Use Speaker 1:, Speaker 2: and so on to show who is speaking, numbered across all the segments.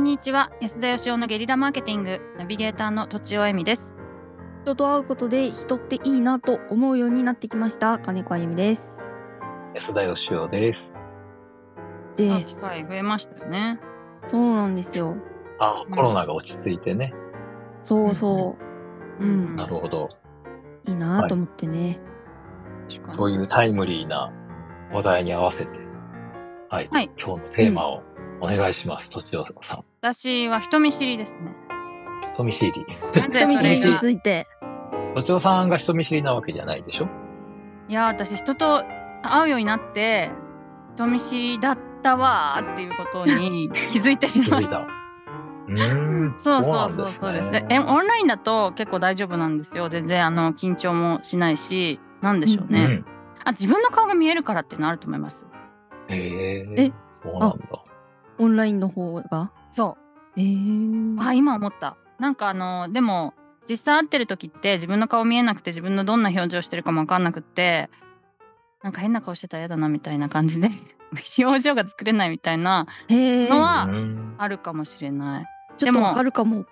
Speaker 1: にちは安田義雄のゲリラマーケティングナビゲーターの土地尾恵美です
Speaker 2: 人と会うことで人っていいなと思うようになってきました金子あゆみです
Speaker 3: 安田義雄です。
Speaker 1: あ
Speaker 2: で
Speaker 1: 機
Speaker 2: す
Speaker 1: 会増えましたよね
Speaker 2: そうなんですよ
Speaker 3: あ
Speaker 1: う、ん
Speaker 3: コロナが落ち着いてね。
Speaker 2: そうそううん
Speaker 3: なるほど。
Speaker 2: いいなと思ってね、
Speaker 1: 確かに
Speaker 3: そういうタイムリーな話題に合わせて、はい。
Speaker 1: はい
Speaker 3: 今日のテーマをお願いします。とちおさん。
Speaker 1: 私は人見知りですね
Speaker 3: 人見知り。
Speaker 1: なぜ
Speaker 2: 人見
Speaker 1: そ
Speaker 2: 知
Speaker 1: れ
Speaker 2: りに
Speaker 1: が
Speaker 2: ついて
Speaker 3: とちおさんが人見知りなわけじゃないでしょ
Speaker 1: いや私人と会うようになって人見知りだったわーっていうこと に気づいてし
Speaker 3: 気
Speaker 1: ま
Speaker 3: づ
Speaker 1: う
Speaker 3: いた。うーん。
Speaker 1: そうそうそうそうですねえオンラインだと結構大丈夫なんですよ全然あの緊張もしないしなんでしょう
Speaker 3: う
Speaker 1: ね、
Speaker 3: ん。
Speaker 1: あ自分の顔が見えるからっていうのあると思います
Speaker 3: へ
Speaker 2: え
Speaker 3: え。そうなんだ。
Speaker 2: オンラインの方が
Speaker 1: そう
Speaker 2: えー、
Speaker 1: あ今思ったなんかあのでも実際会ってる時って自分の顔見えなくて自分のどんな表情してるかも分かんなくってなんか変な顔してたら嫌だなみたいな感じで 表情が作れないみたいな
Speaker 2: へえ
Speaker 1: のは
Speaker 3: うーん
Speaker 1: あるかもしれない
Speaker 2: ちょっとわかるかも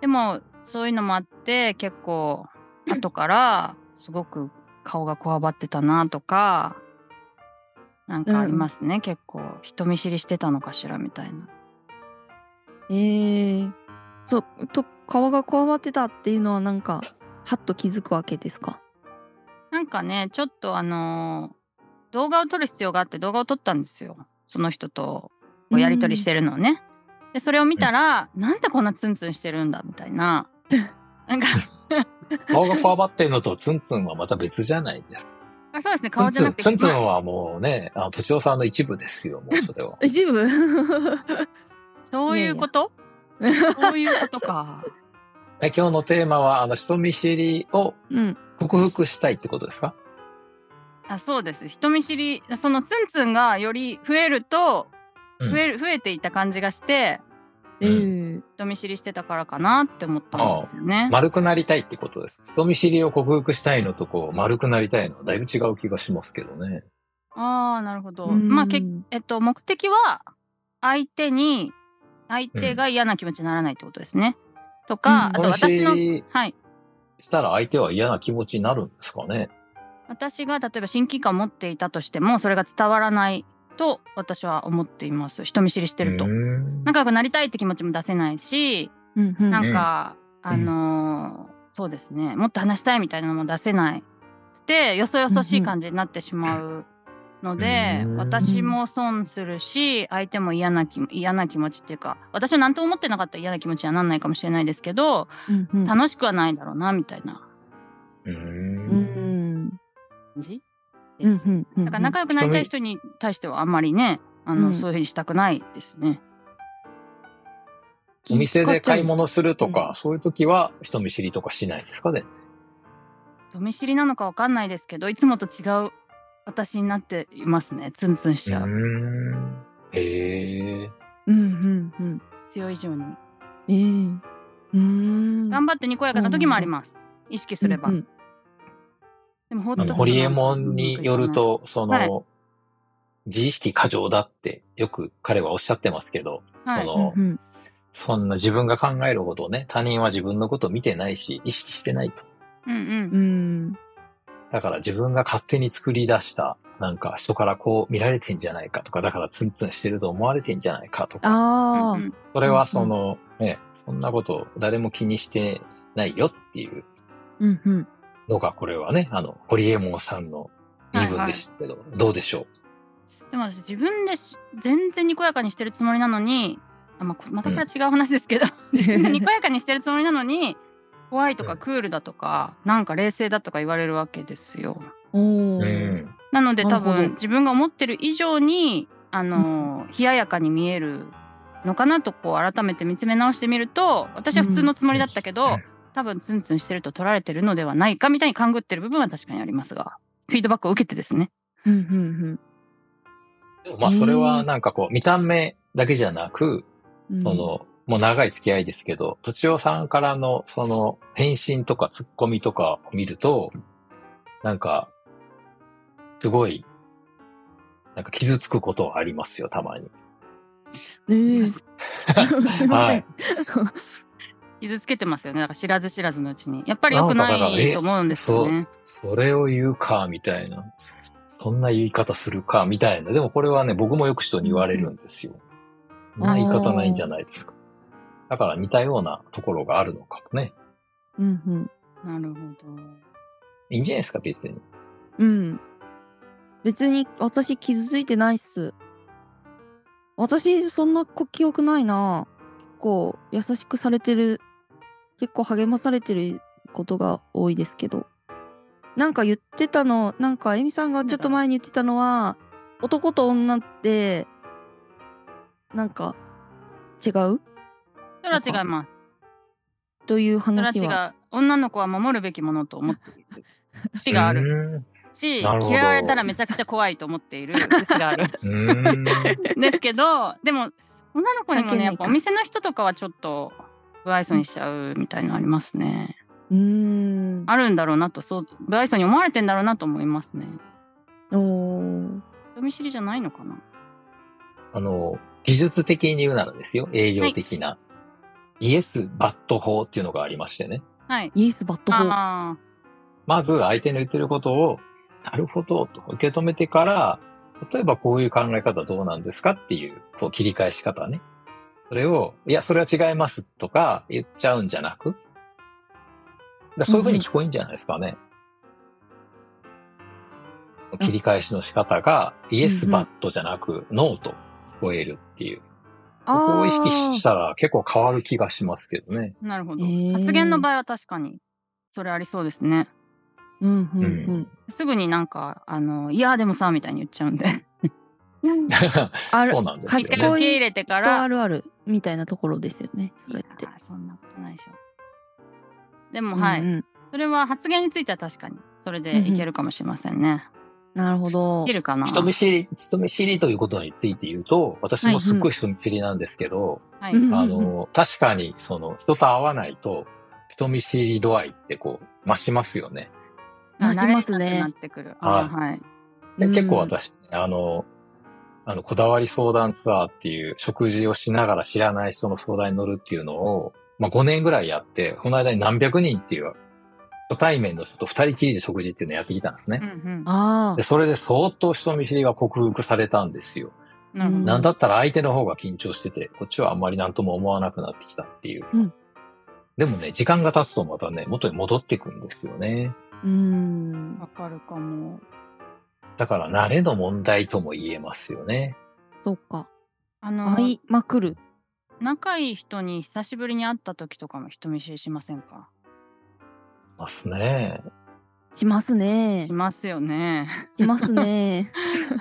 Speaker 1: でもそういうのもあって結構後からすごく顔がこわばってたなとかなんかありますね、結構人見知りしてたのかしらみたいな
Speaker 2: えー、そうと顔がこわばってたっていうのはなんかはっと気づくわけですか。
Speaker 1: なんかねちょっとあのー動画を撮る必要があって動画を撮ったんですよその人とこうやり取りしてるのをね。でそれを見たら、なんでこんなツンツンしてるんだみたい ななんか
Speaker 3: 顔がこわばってんのとツンツンはまた別じゃないですか。
Speaker 1: あそうですね顔じゃなくて
Speaker 3: ツンツンツンツ
Speaker 1: まあ
Speaker 3: ンはもうね、あの、とちおさんの一部ですよ、もうそれは
Speaker 2: 一 部
Speaker 1: そういうことそういうことか。
Speaker 3: え今日のテーマは、あの、人見知りを
Speaker 2: うん
Speaker 3: 克服したいってことですか
Speaker 1: あそうです人見知りそのツンツンがより増えると
Speaker 3: うん
Speaker 1: 増える増えていた感じがして
Speaker 2: えー、
Speaker 1: 人見知りしてたからかなって思ったんですよね。
Speaker 3: 丸くなりたいってことです。人見知りを克服したいのと、こう、丸くなりたいのはだいぶ違う気がしますけどね。
Speaker 1: ああなるほど。
Speaker 2: うん
Speaker 1: まあ結えっと、目的は相手に相手が嫌な気持ちにならないってことですね。とか、
Speaker 2: うん
Speaker 1: あと
Speaker 3: 人見
Speaker 1: 私の
Speaker 3: 知、り
Speaker 1: はい、
Speaker 3: したら相手は嫌な気持ちになるんですかね。
Speaker 1: 私が例えば親近感を持っていたとしてもそれが伝わらないと私は思っています人見知りしてると。
Speaker 3: うん
Speaker 1: 仲良くなりたいって気持ちも出せないし
Speaker 2: うんうん
Speaker 1: なんか、あのーそうですねもっと話したいみたいなのも出せないでよそよそしい感じになってしまうので、
Speaker 3: うん
Speaker 1: 私も損するし相手も嫌な気嫌な気持ちっていうか私は何とも思ってなかったら嫌な気持ちにはなんないかもしれないですけど
Speaker 2: うんうん
Speaker 1: 楽しくはないだろうなみたいな
Speaker 3: う。
Speaker 2: うんん
Speaker 1: 感じ
Speaker 2: う
Speaker 1: で
Speaker 2: ん
Speaker 1: す。
Speaker 2: うんうん
Speaker 1: だから仲良くなりたい人に対してはあんまりねあの、
Speaker 2: うん
Speaker 1: そういうふうにしたくないですね。
Speaker 3: お店で買い物すると
Speaker 2: う
Speaker 3: か、そういう時は人見知りとかしないんですかね。
Speaker 1: 人見知りなのかわかんないですけどいつもと違う私になっていますねツンツンしちゃう、
Speaker 3: うんへえ。
Speaker 2: うんうんうん
Speaker 1: 必要以上に。
Speaker 2: ええー、うーん
Speaker 1: 頑張ってにこやかな時もあります、意識すれば、
Speaker 2: うんうん
Speaker 1: でもほっ
Speaker 3: あ
Speaker 1: とくと
Speaker 3: の、ホリエモンによると、その、
Speaker 1: はい
Speaker 3: 自意識過剰だってよく彼はおっしゃってますけど、
Speaker 1: はい
Speaker 3: その、
Speaker 2: うんうん
Speaker 3: そんな自分が考えるほどね、他人は自分のこと見てないし、意識してないと。
Speaker 1: うんうん
Speaker 2: うん
Speaker 3: だから自分が勝手に作り出した、なんか人からこう見られてんじゃないかとか、だからツンツンしてると思われてんじゃないかとか、
Speaker 2: ああ、
Speaker 1: うんうん
Speaker 3: それはその、ね、そんなこと誰も気にしてないよっていう
Speaker 2: うんうん、
Speaker 3: のが、これはね、あの、ホリエモンさんの言い分でしたけど、どうでしょ
Speaker 1: でも私自分でし全然にこやかにしてるつもりなのにあ、まあこまたこれは違う話ですけど、にこやかにしてるつもりなのに怖いと
Speaker 3: う
Speaker 1: か
Speaker 3: ん
Speaker 1: クールだとか、なんか冷静だとか言われるわけですよ
Speaker 2: おお、
Speaker 3: う。うん。
Speaker 1: なので多
Speaker 2: なるほど
Speaker 1: 分自分が思ってる以上にあの冷ややかに見えるのかなとこう改めて見つめ直してみると私は普通のつもりだったけど、
Speaker 3: うん
Speaker 1: 多分ツンツンしてると取られてるのではないかみたいに勘ぐってる部分は確かにありますがフィードバックを受けてですね。
Speaker 2: うんうん
Speaker 3: でもまあそれはなんかこう、見た目だけじゃなく、
Speaker 2: うんうん。
Speaker 3: その、もう長い付き合いですけど、とちおさんからの、その、返信とかツッコミとかを見ると、なんか、すごい、なんか傷つくことはありますよ、たまに。
Speaker 2: えー、すいません。
Speaker 1: 傷つけてますよね。だから知らず知らずのうちに。やっぱり良くな
Speaker 3: なんかだからえ
Speaker 1: いと思うんですよね。
Speaker 3: それを言うか、みたいな。そんな言い方するか、みたいな。でもこれはね、僕もよく人に言われるんですよ。そんな言い方ないんじゃないですか。だから似たようなところがあるのかもね。
Speaker 2: うんうん。
Speaker 1: なるほ
Speaker 3: いいんじゃないですか、別に。
Speaker 2: うん。別に私傷ついてないっす。私そんなこ記憶ないな。結構優しくされてる、結構励まされてることが多いですけど。なんか言ってたの、なんかエミさんがちょっと前に言ってたのは、男と女って、なんか違う
Speaker 1: ど。それは違います。
Speaker 2: という
Speaker 1: それは
Speaker 2: 話
Speaker 1: 違
Speaker 2: は。
Speaker 1: う。女の子は守るべきものと思っている。節がある
Speaker 3: る。
Speaker 1: し、
Speaker 3: な
Speaker 1: 嫌
Speaker 3: るほど
Speaker 1: われたらめちゃくちゃ怖いと思っている節がある。
Speaker 3: うーん。
Speaker 1: ですけど、でも、女の子にも
Speaker 2: 関係な
Speaker 1: ね、
Speaker 2: い
Speaker 1: やっぱお店の人とかはちょっと、不愛想にしちゃうみたいなのありますね。
Speaker 2: うーん。
Speaker 1: あるんだろうなと、そう、不愛想に思われてんだろうなと思いますね。
Speaker 2: おー
Speaker 1: 人見知りじゃないのかな
Speaker 3: あの、技術的に言うならですよ、営業的な。イエスバット法っていうのがありましてね。
Speaker 1: はい。
Speaker 2: イエスバットホー。
Speaker 1: あ
Speaker 3: まず相手の言ってることを、なるほど、と受け止めてから、例えばこういう考え方どうなんですかっていう、こう切り返し方ね。それを、いや、それは違いますとか言っちゃうんじゃなく、だそういうふうに聞こえんじゃないですかね。
Speaker 2: うん
Speaker 3: 切り返しの仕方が、イエス
Speaker 2: うんうん
Speaker 3: バットじゃなく、ノーと聞こえるっていう。
Speaker 2: あ
Speaker 3: ここを意識
Speaker 2: ー
Speaker 3: したら結構変わる気がしますけどね。
Speaker 1: あ、なるほど。
Speaker 2: へー
Speaker 1: 発言の場合は確かに、それありそうですね。
Speaker 2: うんうんう
Speaker 3: う
Speaker 2: んん。
Speaker 1: すぐになんか、あの、いや、でもさ、みたいに言っちゃうんで。
Speaker 2: ある
Speaker 3: そうなんですよね。
Speaker 1: 確かに受け入れてか
Speaker 2: 人あ
Speaker 1: ら、
Speaker 2: るあるみたいなところですよねそれって
Speaker 1: いやーそんなことないでしょ。でも、はい、
Speaker 2: うんうん
Speaker 1: それは発言については確かに、それでいけるかもしれませんね。
Speaker 2: なるほど
Speaker 1: いけるかな
Speaker 3: 人見知り、人見知りということについて言うと、私もすっごい人見知りなんですけど、
Speaker 1: はい。
Speaker 2: うん
Speaker 3: あの、確かに、その、人と会わないと、人見知り度合いってこう、増しますよね。
Speaker 1: あ
Speaker 2: なじます
Speaker 1: 慣れなく
Speaker 2: ね
Speaker 1: なってくる。あーはい。
Speaker 3: で
Speaker 2: うん
Speaker 3: 結構私、あの、あの、こだわり相談ツアーっていう、食事をしながら知らない人の相談に乗るっていうのを、まあ5年ぐらいやって、この間に何百人っていう、初対面の人と二人きりで食事っていうのをやってきたんですね
Speaker 1: うん。うん。
Speaker 2: あ
Speaker 3: で、それで相当人見知りが克服されたんですよ。
Speaker 1: なるほ
Speaker 2: うん
Speaker 1: ど。
Speaker 3: なんだったら相手の方が緊張してて、こっちはあんまり何とも思わなくなってきたっていう。
Speaker 2: うん
Speaker 3: でもね、時間が経つとまたね、元に戻ってくんですよね。
Speaker 2: あうん
Speaker 1: わかるかも。
Speaker 3: だから慣れの問題とも言えますよね。
Speaker 2: そうか
Speaker 1: あの、
Speaker 2: 会いまくる
Speaker 1: 仲いい人に久しぶりに会った時とかも人見知りしませんか
Speaker 3: ますね。
Speaker 2: しますね
Speaker 1: しますよ ね。
Speaker 2: しますね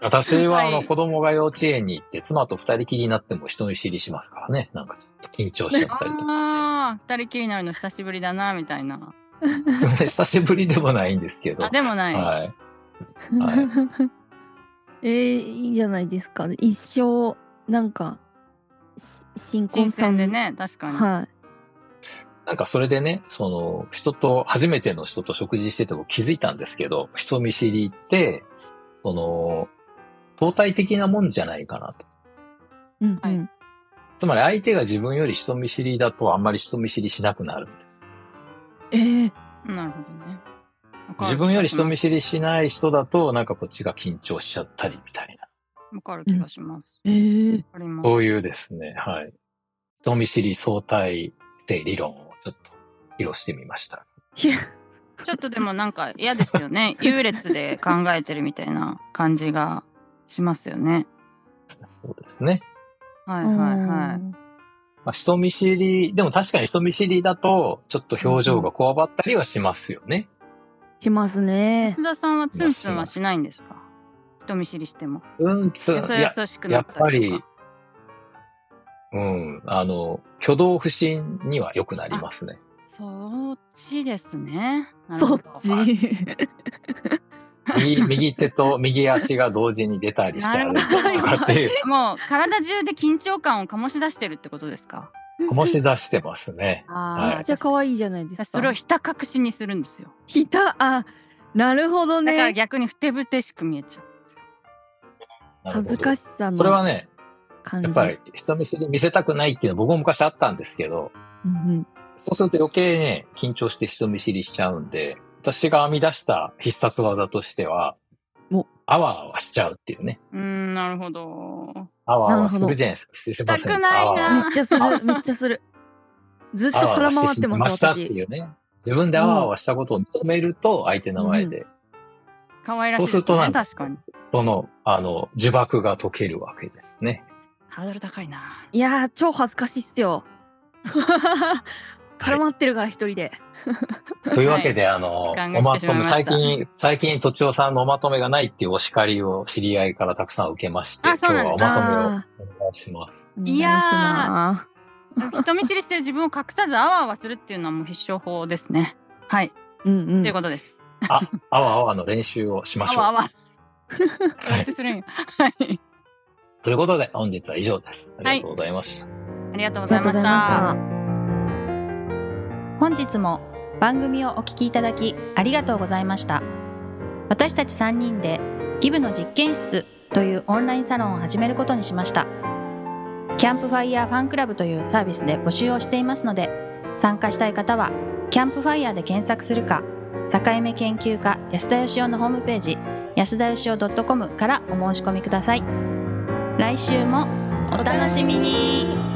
Speaker 3: 私は
Speaker 1: は
Speaker 3: あ
Speaker 1: い
Speaker 3: の子供が幼稚園に行って、妻と二人きりになっても人見知りしますからね。なんかちょっと緊張しちゃったりとか。
Speaker 1: ああ、二人きりになるの久しぶりだな、みたいな。
Speaker 3: それ 久しぶりでもないんですけど。
Speaker 1: あ、でもない。
Speaker 3: はい。 は
Speaker 2: えー、いいじゃないですか一生なんかし新婚
Speaker 1: 新
Speaker 2: さ
Speaker 1: 鮮
Speaker 2: ん
Speaker 1: でね、確かに。
Speaker 2: は
Speaker 3: なんかそれでね、その、人と、初めての人と食事してても気づいたんですけど、人見知りって、その、相対的なもんじゃないかなと。
Speaker 2: いうんう
Speaker 1: はい
Speaker 2: ん
Speaker 3: つまり相手が自分より人見知りだとあんまり人見知りしなくなる。
Speaker 2: えー
Speaker 1: なるほどね。わかる
Speaker 3: 自分より人見
Speaker 1: 気
Speaker 3: 知りしない人だと、なんかこっちが緊張しちゃったりみたいな。
Speaker 1: がしますわかる気がします。
Speaker 2: えー
Speaker 1: わかります。
Speaker 3: そういうですね、はい。人見知り相対性理論をちょっと披露してみました。
Speaker 2: いや
Speaker 1: ちょっとでもなんか嫌ですよ ね。優劣で考えてるみたいな感じがしますよね。
Speaker 3: そうですね。
Speaker 1: はいはいは
Speaker 2: うん
Speaker 3: まあ、人見知り、でも確かに人見知りだと、ちょっと表情がこわばったりはしますよね。
Speaker 2: します
Speaker 1: い。
Speaker 2: ね
Speaker 1: 安田さんはツンツンはしないんですか人見知りしても。
Speaker 3: うん、つん、
Speaker 1: よそ
Speaker 3: い
Speaker 1: よ
Speaker 3: や、
Speaker 1: そしく
Speaker 3: や
Speaker 1: な
Speaker 3: っ
Speaker 1: った
Speaker 3: ぱ
Speaker 1: りと
Speaker 3: り
Speaker 1: か。、
Speaker 3: うん、あの、挙動不審には良くなりますね。
Speaker 1: そっちですね。なる
Speaker 2: そ
Speaker 1: ほ
Speaker 2: っ
Speaker 1: ど
Speaker 2: ち
Speaker 3: 右、右手と右足が同時に出たりして歩いたりとかっていう、
Speaker 1: もう体中で緊張感を醸し出してるってことですか
Speaker 3: 醸し出してますね。
Speaker 1: あ
Speaker 3: はい
Speaker 2: めっちゃ可
Speaker 1: い
Speaker 2: 愛いじゃないですか
Speaker 1: それをひた隠しにするんですよ。
Speaker 2: ひたあなるほど
Speaker 1: だから
Speaker 2: ね
Speaker 1: 逆にふてぶてしく見えちゃうんですよ。
Speaker 3: なるほ
Speaker 2: 恥
Speaker 3: ど
Speaker 2: ずかしさの
Speaker 3: それはね、
Speaker 2: 感じ。
Speaker 3: やっぱり人見知り見せたくないっていうの僕も昔あったんですけど、
Speaker 2: うんうん、
Speaker 3: そうすると余計ね、緊張して人見知りしちゃうんで、私が編み出した必殺技としては
Speaker 2: お、
Speaker 3: あわあわしちゃうっていうね。
Speaker 1: うん、なるほど。
Speaker 3: あわあ
Speaker 2: なる
Speaker 3: わ
Speaker 2: ほ
Speaker 3: す
Speaker 2: ど
Speaker 3: るじゃないですか。し
Speaker 1: したくないな
Speaker 2: めっちゃする、めっちゃする。ずっと
Speaker 3: あわあ
Speaker 2: 空
Speaker 3: わし
Speaker 2: 回って
Speaker 3: しまい
Speaker 2: ま、
Speaker 3: ますしたって
Speaker 2: 私。
Speaker 3: いうね。自分であわあわしたことを認めると、相手の前で、
Speaker 1: 可愛らしい
Speaker 3: そ
Speaker 1: です
Speaker 3: うるとな
Speaker 1: ね。
Speaker 3: んか
Speaker 1: 確かに。
Speaker 3: その、あの、呪縛が解けるわけですね。
Speaker 1: ハードル高いな。
Speaker 2: いやー、超恥ずかしいっす よ。絡まってるから、一人で。
Speaker 3: というわけで、あの
Speaker 1: 時間、が
Speaker 3: お
Speaker 1: 来
Speaker 3: ま
Speaker 1: てし
Speaker 3: と
Speaker 1: まい
Speaker 3: め、
Speaker 1: まし
Speaker 3: 最
Speaker 1: た
Speaker 3: 近、最近、とちおさんのおまとめがないっていうお叱りを知り合いからたくさん受けまして、
Speaker 1: あそ
Speaker 3: 今
Speaker 1: う
Speaker 3: 日
Speaker 1: なんで
Speaker 3: はお
Speaker 1: す
Speaker 3: まとめをお願いします。
Speaker 2: お願
Speaker 1: いやー
Speaker 2: しま
Speaker 1: 人見知りしてる自分を隠さずあわあわするっていうのはもう必勝法ですね。はい。
Speaker 2: すうんうん
Speaker 1: ということです。
Speaker 3: あわあわの練習をしまし
Speaker 1: あ
Speaker 3: ょう。
Speaker 1: わあわ。
Speaker 3: は
Speaker 1: やっ
Speaker 3: い
Speaker 1: て。するんよ。はい。
Speaker 3: ということで、本日は以上です。ありがとうございました。
Speaker 1: ありがとう
Speaker 2: あ
Speaker 1: ご
Speaker 2: り
Speaker 1: ざいまし
Speaker 2: がとうございましたた。。
Speaker 4: 本日も番組をお聞きいただきありがとうございました私たち3人でギブの実験室というオンラインサロンを始めることにしましたキャンプファイヤーファンクラブというサービスで募集をしていますので参加したい方はキャンプファイヤーで検索するか境目研究家安田義雄のホームページ安田義雄 .com からお申し込みください来週もお楽しみに